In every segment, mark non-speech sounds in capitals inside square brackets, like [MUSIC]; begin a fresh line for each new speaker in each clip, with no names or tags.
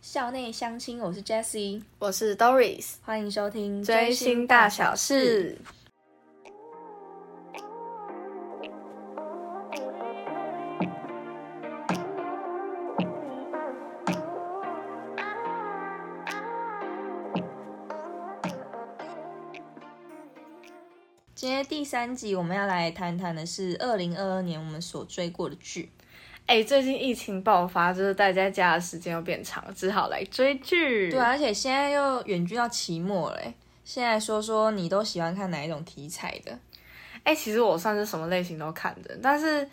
校内相亲，我是 Jessie，
我是 Doris，
欢迎收听
追星大小事。
今天第三集我们要来谈谈的是二零二二年我们所追过的剧。
哎、最近疫情爆发，就是待在家的时间又变长，只好来追剧。
对啊，，而且现在又远距到期末了欸，现在说说你都喜欢看哪一种题材的？
哎、其实我算是什么类型都看的，但是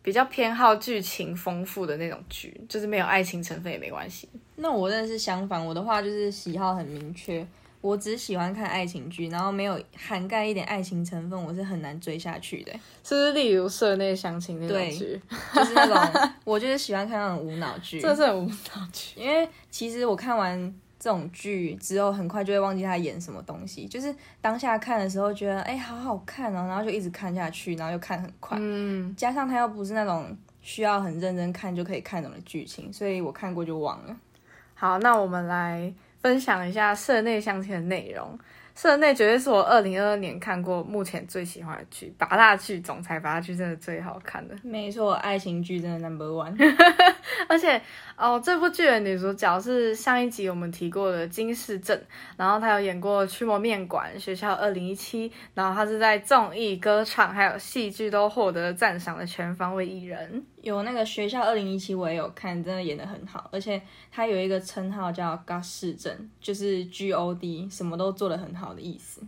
比较偏好剧情丰富的那种剧，就是没有爱情成分也没关系。
那我真的是相反，我的话就是喜好很明确，我只喜欢看爱情剧，然后没有涵盖一点爱情成分，我是很难追下去的欸，
是不是例如社内相亲那
对
种剧，
就是那种我就是喜欢看那种无脑剧，
这是很无脑剧。 [LAUGHS]
因为其实我看完这种剧之后，很快就会忘记他演什么东西。就是当下看的时候觉得，哎、好好看哦，然后就一直看下去，然后又看很快。
嗯，
加上它又不是那种需要很认真看就可以看懂的剧情，所以我看过就忘了。
好，那我们来分享一下社内相亲的内容。社内绝对是我二零二二年看过目前最喜欢的剧，八大剧总裁八大剧真的最好看的。
没错，爱情剧真的 number [LAUGHS] one。
而且哦，这部剧的女主角是上一集我们提过的金世正，然后她有演过《驱魔面馆》《学校二零一七》，然后她是在综艺、歌唱还有戏剧都获得了赞赏的全方位艺人。
有那个学校二零一七我也有看，真的演的很好，而且他有一个称号叫 “God 市政”，就是 G O D，什么都做得很好的意思。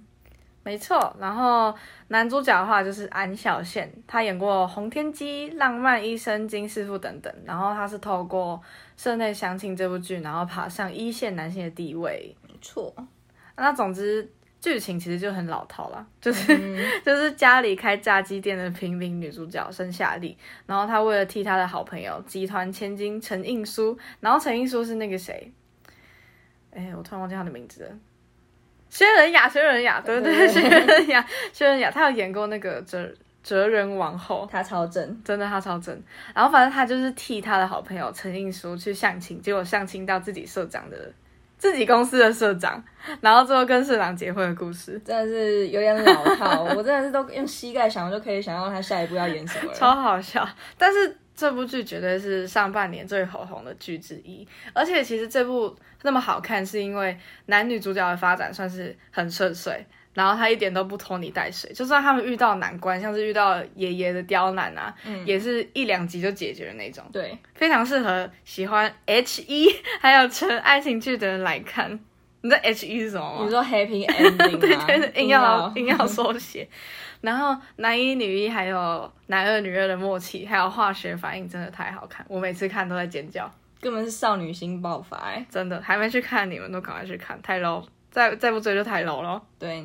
没错，然后男主角的话就是安孝燮，他演过《红天机》《浪漫医生金师傅》等等，然后他是透过《社内相亲》这部剧，然后爬上一线男性的地位。
没错，
啊那总之剧情其实就很老套啦，就是、 [LAUGHS] 就是家里开炸鸡店的平民女主角生夏丽，然后她为了替她的好朋友集团千金陈映舒，然后陈映舒是那个谁？哎，我突然忘记她的名字了。薛仁雅，薛仁雅，对不对？ [LAUGHS] 薛仁雅，薛仁雅，她有演过那个哲哲人王后，
他超正。
真的他超正。然后反正他就是替他的好朋友陈映舒去相亲，结果相亲到自己社长的自己公司的社长，然后最后跟社长结婚的故事，
真的是有点老套，
[LAUGHS]
我真的是都用膝盖想就可以想到他下一步要演什么了。
超好笑。但是这部剧绝对是上半年最火红的剧之一，而且其实这部那么好看，是因为男女主角的发展算是很顺遂。然后他一点都不拖泥带水，就算他们遇到难关，像是遇到爷爷的刁难啊，也是一两集就解决的那种。
对，
非常适合喜欢 H E [LAUGHS] 还有纯爱情剧的人来看。你知道 H E 是什么
你
吗？ [LAUGHS]
说啊 happy ending 吗？哦
对，硬要
硬
[LAUGHS] 硬要缩写。然后男一女一还有男二女二的默契，还有化学反应真的太好看，我每次看都在尖叫，
根本是少女心爆发哎、
真的还没去看，你们都赶快去看，太 low，再再不追就太 low 了。
对，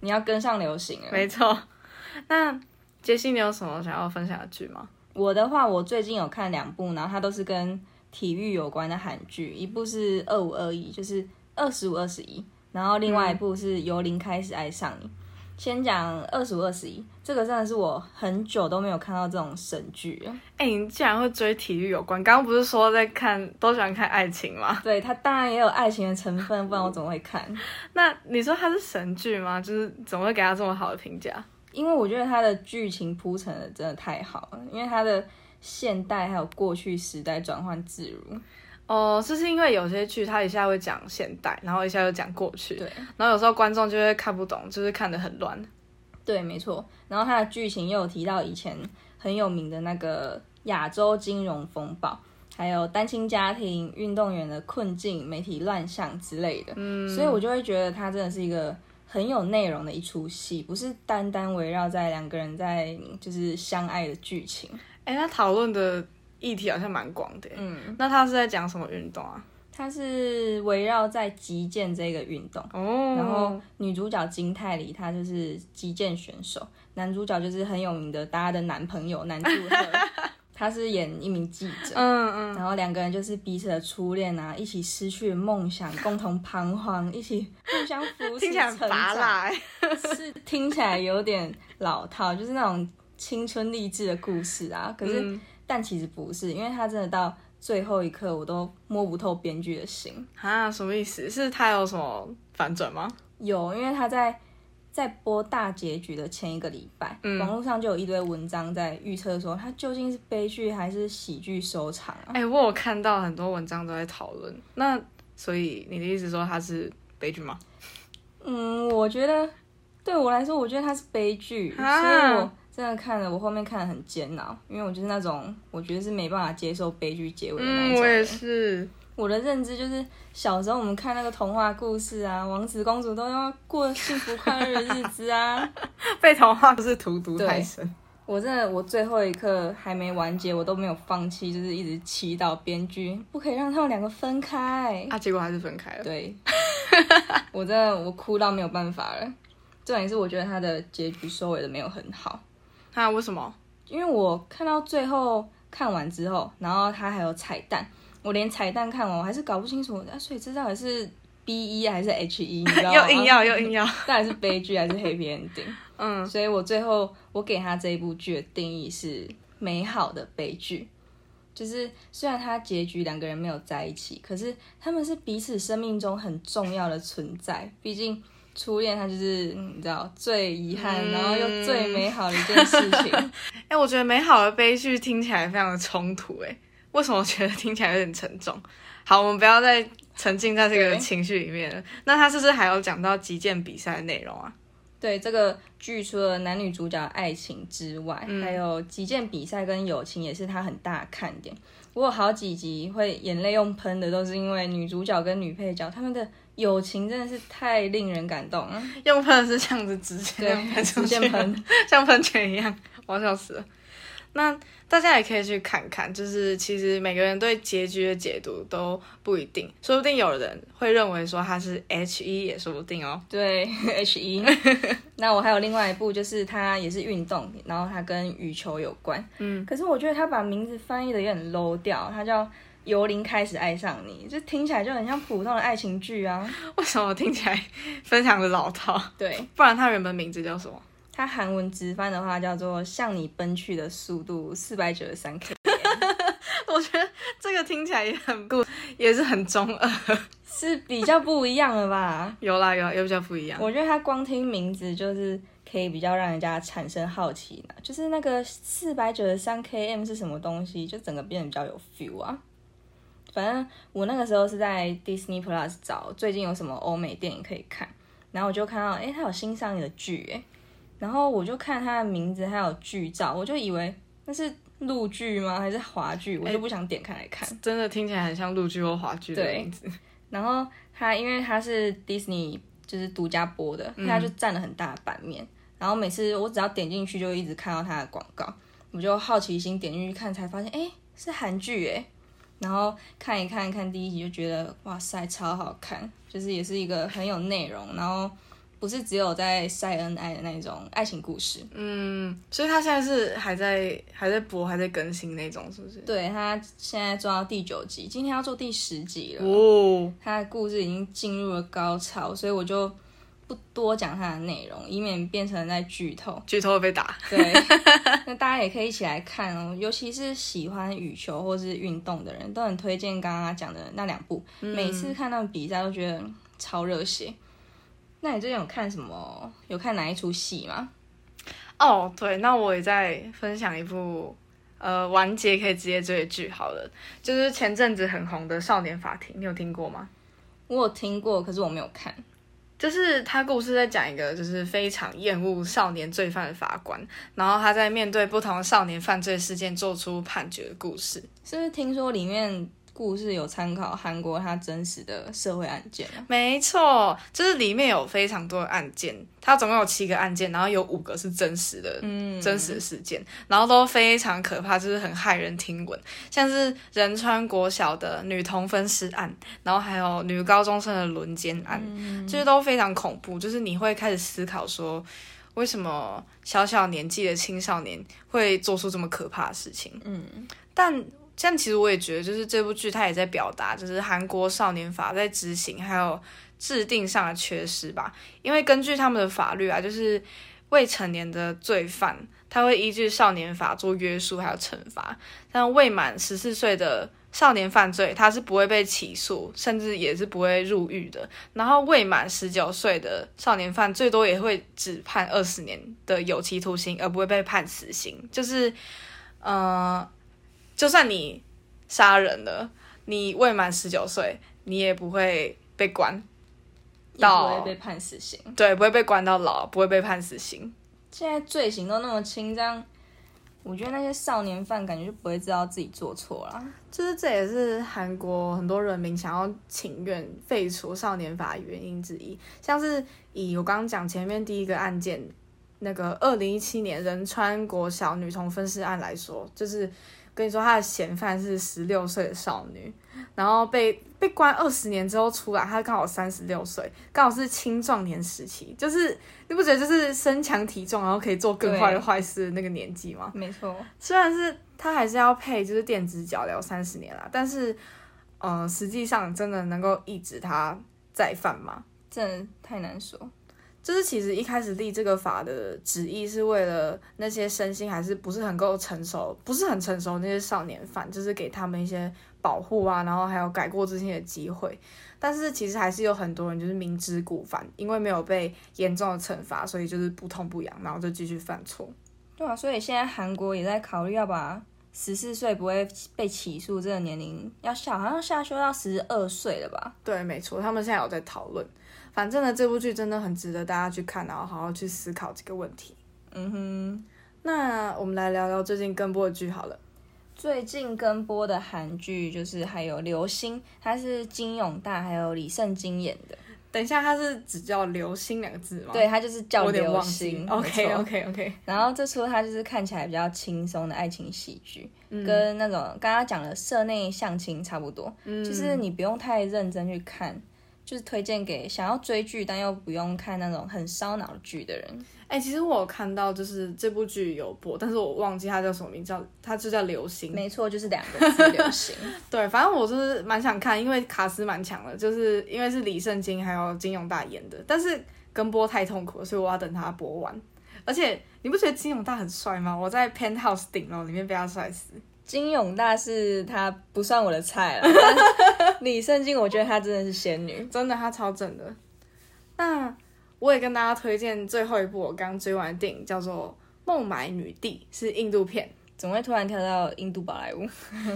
你要跟上流行了。
没错， [LAUGHS] 那杰西你有什么想要分享的剧吗？
我的话，我最近有看两部，然后它都是跟体育有关的韩剧，一部是二五二一，就是二十五二十一，然后另外一部是由零开始爱上你。先讲二十五二十一，这个真的是我很久都没有看到这种神剧了。
哎、你竟然会追体育有关？刚刚不是说在看都喜欢看爱情吗？
对，它当然也有爱情的成分，不然我怎么会看？
那你说它是神剧吗？就是怎么会给他这么好的评价？
因为我觉得它的剧情铺陈的真的太好了，因为它的现代还有过去时代转换自如。
哦，就是因为有些剧它一下会讲现代，然后一下又讲过去，
对
然后有时候观众就会看不懂，就是看得很乱。
对，没错。然后它的剧情又有提到以前很有名的那个亚洲金融风暴，还有单亲家庭、运动员的困境、媒体乱象之类的。嗯，所以我就会觉得它真的是一个很有内容的一出戏，不是单单围绕在两个人在就是相爱的剧情。
哎，那讨论的议题好像蛮广的。嗯，那他是在讲什么运动啊？
它是围绕在击剑这个运动，
哦，
然后女主角金泰梨她就是击剑选手，男主角就是很有名的大家的男朋友男祝
[LAUGHS]
贺，他是演一名记者，
嗯嗯，
然后两个人就是彼此的初恋啊，一起失去梦想，共同彷徨，一起互相扶持
[LAUGHS] 听起来
成
很拔
长，
辣、欸。
是听起来有点老套，
嗯
就是那种青春励志的故事啊，可是、但其实不是，因为他真的到最后一刻，我都摸不透编剧的心。
啊，什么意思？是他有什么反转吗？
有，因为他在在播大结局的前一个礼拜，
嗯
网络上就有一堆文章在预测说他究竟是悲剧还是喜剧收场啊？
哎、我有看到很多文章都在讨论。那所以你的意思说他是悲剧吗？
嗯，我觉得对我来说，我觉得它是悲剧，所
啊
以我真的看了，我后面看的很煎熬，因为我就是那种我觉得是没办法接受悲剧结尾的那一
嗯，
种
我也
人。
是。
我的认知就是小时候我们看那个童话故事啊，王子公主都要过幸福快乐的日子啊。
[LAUGHS] 被童话不是荼毒
对
太深。
我真的，我最后一刻还没完结，我都没有放弃，就是一直祈祷编剧不可以让他们两个分
[LAUGHS]
开。
啊，结果还是分开了。
对，我真的我哭到没有办法了。重点是我觉得他的结局收尾的没有很好，
那、啊为什么？
因为我看到最后看完之后，然后他还有彩蛋，我连彩蛋看完我还是搞不清楚，啊、所以这到底是 B 一还是 H 一，你知道吗？
[LAUGHS] 又硬要又硬要。
[LAUGHS] 到底是悲剧还是 happy ending？
嗯，
所以我最后我给他这一部剧的定义是美好的悲剧，就是虽然他结局两个人没有在一起，可是他们是彼此生命中很重要的存在。毕竟初恋，它就是嗯你知道最遗憾，
嗯
然后又最美好的一件事情。
哎、我觉得美好的悲剧听起来非常的冲突、哎，为什么我觉得听起来有点沉重？好，我们不要再沉浸在这个
对
情绪里面了。那他是不是还有讲到击剑比赛的内容啊？
对这个剧，除了男女主角的爱情之外，
嗯
还有击剑比赛跟友情也是它很大的看点。我有好几集会眼泪用喷的，都是因为女主角跟女配角他们的友情真的是太令人感动了。
用喷的是这样子直接这样
对，
[LAUGHS] 喷出
直
去
接
吗，
喷。
[LAUGHS] 像喷泉一样，我要笑死了。那大家也可以去看看，就是其实每个人对结局的解读都不一定，说不定有人会认为说它是 H 一也说不定哦。
对 H
[LAUGHS]
一。那我还有另外一部，就是它也是运动，然后它跟羽球有关。嗯，可是我觉得它把名字翻译的有点 low 掉，它叫《由零开始爱上你》，就听起来就很像普通的爱情剧啊。
为什么听起来非常的老套？
对，
不然它原本名字叫什么？
它韩文直翻的话叫做“向你奔去的速度四百九十三 k”，
我觉得这个听起来也很不，也是很中二。
是比较不一样的吧？
有啦有啦，又比较不一样。
我觉得它光听名字就是可以比较让人家产生好奇呢，就是那个四百九十三 km 是什么东西，就整个变得比较有 feel 啊。反正我那个时候是在 Disney Plus 找最近有什么欧美电影可以看，然后我就看到，诶，它有新上映的剧，诶，然后我就看它的名字还有剧照，我就以为那是陆剧吗？还是华剧？我就不想点开来看。
真的听起来很像陆剧或华剧的
对
名字。
然后它因为它是 Disney 就是独家播的，它就占了很大的版面。然后每次我只要点进去，就一直看到它的广告，我就好奇心点进去看，才发现哎、诶是韩剧哎。然后看一看看第一集就觉得哇塞超好看，就是也是一个很有内容，然后不是只有在晒恩爱的那种爱情故事。
嗯，所以它现在是还在还在播还在更新那种，是不是？
对，它现在做到第九集，今天要做第十集了。
哦，
他的故事已经进入了高潮，所以我就不多讲他的内容，以免变成在剧
[LAUGHS]
透。
剧透会被打。
对，那大家也可以一起来看哦，尤其是喜欢羽球或是运动的人，都很推荐刚刚讲的那两部。每次看到比赛都觉得超热血。那你最近有看什么？有看哪一出戏吗？
哦，对，那我也再分享一部呃完结可以直接追的剧好了，就是前阵子很红的《少年法庭》，你有听过吗？
我有听过，可是我没有看。
就是他故事在讲一个就是非常厌恶少年罪犯的法官，然后他在面对不同的少年犯罪事件做出判决的故事。
是不是听说里面故事有参考韩国它真实的社会案件啊？
没错，就是里面有非常多的案件，它总共有七个案件，然后有五个是真实的，嗯，真实的事件，然后都非常可怕，就是很骇人听闻，像是仁川国小的女童分尸案，然后还有女高中生的轮奸案，就是都非常恐怖，就是你会开始思考说。为什么小小年纪的青少年会做出这么可怕的事情？嗯，但但其实我也觉得，就是这部剧它也在表达，就是韩国少年法在执行还有制定上的缺失吧。因为根据他们的法律啊，就是未成年的罪犯，他会依据少年法做约束还有惩罚，但未满十四岁的少年犯罪他是不会被起诉，甚至也是不会入狱的。然后未满十九岁的少年犯最多也会只判二十年的有期徒刑，而不会被判死刑。就是，呃，就算你杀人了，你未满十九岁，你也不会被关，
也
到
不会被判死刑。
对，不会被关到老，不会被判死刑。
现在罪行都那么轻，这样我觉得那些少年犯感觉就不会知道自己做错了。
就是这也是韩国很多人民想要请愿废除少年法的原因之一。像是以我刚刚讲前面第一个案件，那个二零一七年仁川国小女童分尸案来说，就是跟你说她的嫌犯是十六岁的少女，然后被被关二十年之后出来，她刚好三十六岁，刚好是青壮年时期，就是你不觉得就是身强体壮，然后可以做更坏的
对
坏事的那个年纪吗？
没错，
虽然是他还是要配就是电子脚镣三十年啦，但是，呃，实际上真的能够抑制他再犯吗？
真的太难说。
就是其实一开始立这个法的旨意是为了那些身心还是不是很够成熟、不是很成熟的那些少年犯，就是给他们一些保护啊，然后还有改过自新的机会。但是其实还是有很多人就是明知故犯，因为没有被严重的惩罚，所以就是不痛不痒，然后就继续犯错。
对啊，所以现在韩国也在考虑要把十四岁不会被起诉这个年龄要下，好像下修到十二岁了吧？
对，没错，他们现在有在讨论。反正呢，这部剧真的很值得大家去看，然后好好去思考这个问题。
嗯
那我们来聊聊最近跟播的剧好了。
哼，最近跟播的韩剧就是还有《流星》，它是金永大还有李圣经演的，
等一下，它是只叫“流星”两个字吗？
对，，它就是叫
我有
《
点
流
忘
星
记。》
没
OK
错
OK OK，
然后这出它就是看起来比较轻松的爱情喜剧，
嗯
跟那种刚刚讲的社内相亲差不多，
嗯
就是你不用太认真去看，就是推荐给想要追剧但又不用看那种很烧脑的剧的人。
哎、其实我有看到就是这部剧有播，但是我忘记它叫什么名，叫它就叫“流星”。
没错，就是两个字流
[LAUGHS]
行。
对，反正我就是蛮想看，因为卡斯蛮强的，就是因为是李圣经还有金永大演的，但是跟播太痛苦了，所以我要等他播完。而且你不觉得金永大很帅吗？我在 Penthouse 顶楼里面被他帅死。
金永大是他不算我的菜
[LAUGHS]
了，但是李圣经我觉得她真的是仙女。
真的，他超正的。那我也跟大家推荐最后一部我刚追完的电影，叫做《孟买女帝》，是印度片，
怎么会突然跳到印度宝莱坞？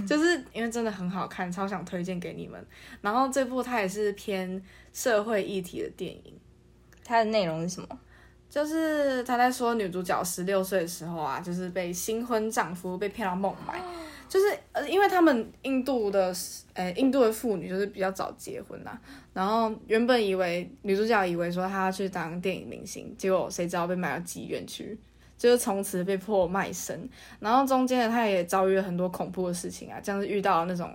就是因为真的很好看，超想推荐给你们。然后这部它也是偏社会议题的电影。
它的内容是什么？
就是他在说女主角十六岁的时候啊，就是被新婚丈夫被骗到孟买，就是呃，因为他们印度的呃、印度的妇女就是比较早结婚啦、然后原本以为女主角以为说她要去当电影明星，结果谁知道被卖到妓院去。就是从此被迫卖身，然后中间呢，她也遭遇了很多恐怖的事情啊，像是遇到那种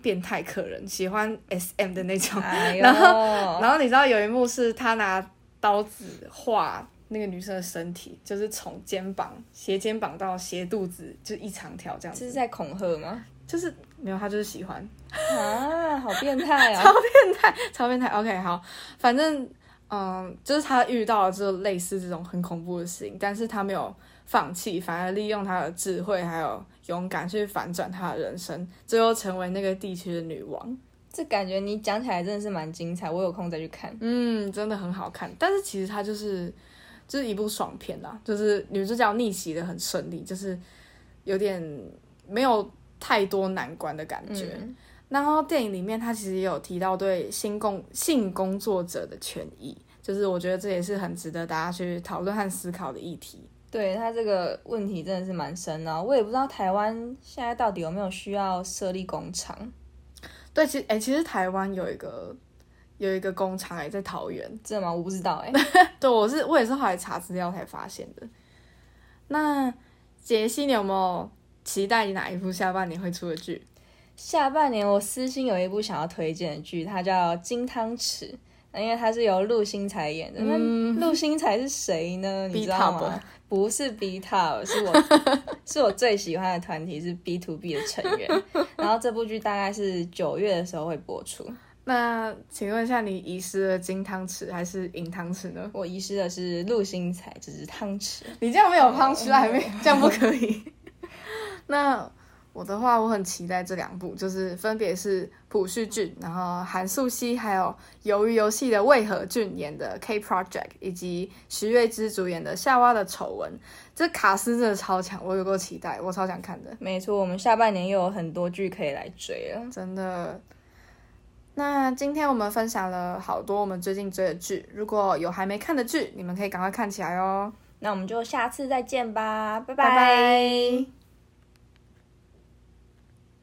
变态客人，喜欢 SM 的那种，
哎呦，
[LAUGHS] 然然后你知道有一幕是他拿刀子划那个女生的身体，就是从肩膀斜肩膀到斜肚子，就一长条这样
这
子，
是在恐吓吗？
就是没有他就是喜欢，
啊，好变态啊！
[LAUGHS] 超变态。OK，好，反正嗯，就是他遇到了就类似这种很恐怖的事情，但是他没有放弃，反而利用他的智慧还有勇敢去反转他的人生，最后成为那个地区的女王。
这感觉你讲起来真的是蛮精彩，我有空再去看。
嗯，真的很好看。但是其实它就是就是一部爽片啦，就是女主角逆袭的很顺利，就是有点没有太多难关的感觉。
嗯，
然后电影里面它其实也有提到对性工性工作者的权益，就是我觉得这也是很值得大家去讨论和思考的议题。
对他这个问题真的是蛮深的哦，我也不知道台湾现在到底有没有需要设立工厂，
对，其实哎、其实台湾有一个有一个工厂哎、在桃园，
真的吗？我不知道哎、
对，我是我也是后来查资料才发现的。那杰西，你有没有期待哪一部下半年会出的剧？
[LAUGHS] 下半年我私心有一部想要推荐的剧，它叫《金汤匙》，那因为它是由陆星材演的。那、陆星材是谁呢？你知道
B-Top
吗？ [LAUGHS] 不是 B Top，是我是我最喜欢的团体是 B to B 的成员。然后这部剧大概是九月的时候会播出。
那请问一下，你遗失了金汤匙还是银汤
[LAUGHS]
匙呢？
我遗失的是陆星材，只是汤匙。
啊你这样没有汤匙，还没 [LAUGHS] 这样不可以。那我的话，我很期待这两部，就是分别是朴叙俊，然后韩素汐，还有《鱿鱼游戏》的魏和俊演的《K Project》，以及徐月之主演的《夏娃的丑闻》。这卡斯真的超强，我有够期待，我超想看的，
没错，我们下半年又有很多剧可以来追了。
真的。那今天我们分享了好多我们最近追的剧，如果有还没看的剧，你们可以赶快看起来哦。
那我们就下次再见吧，拜
拜拜。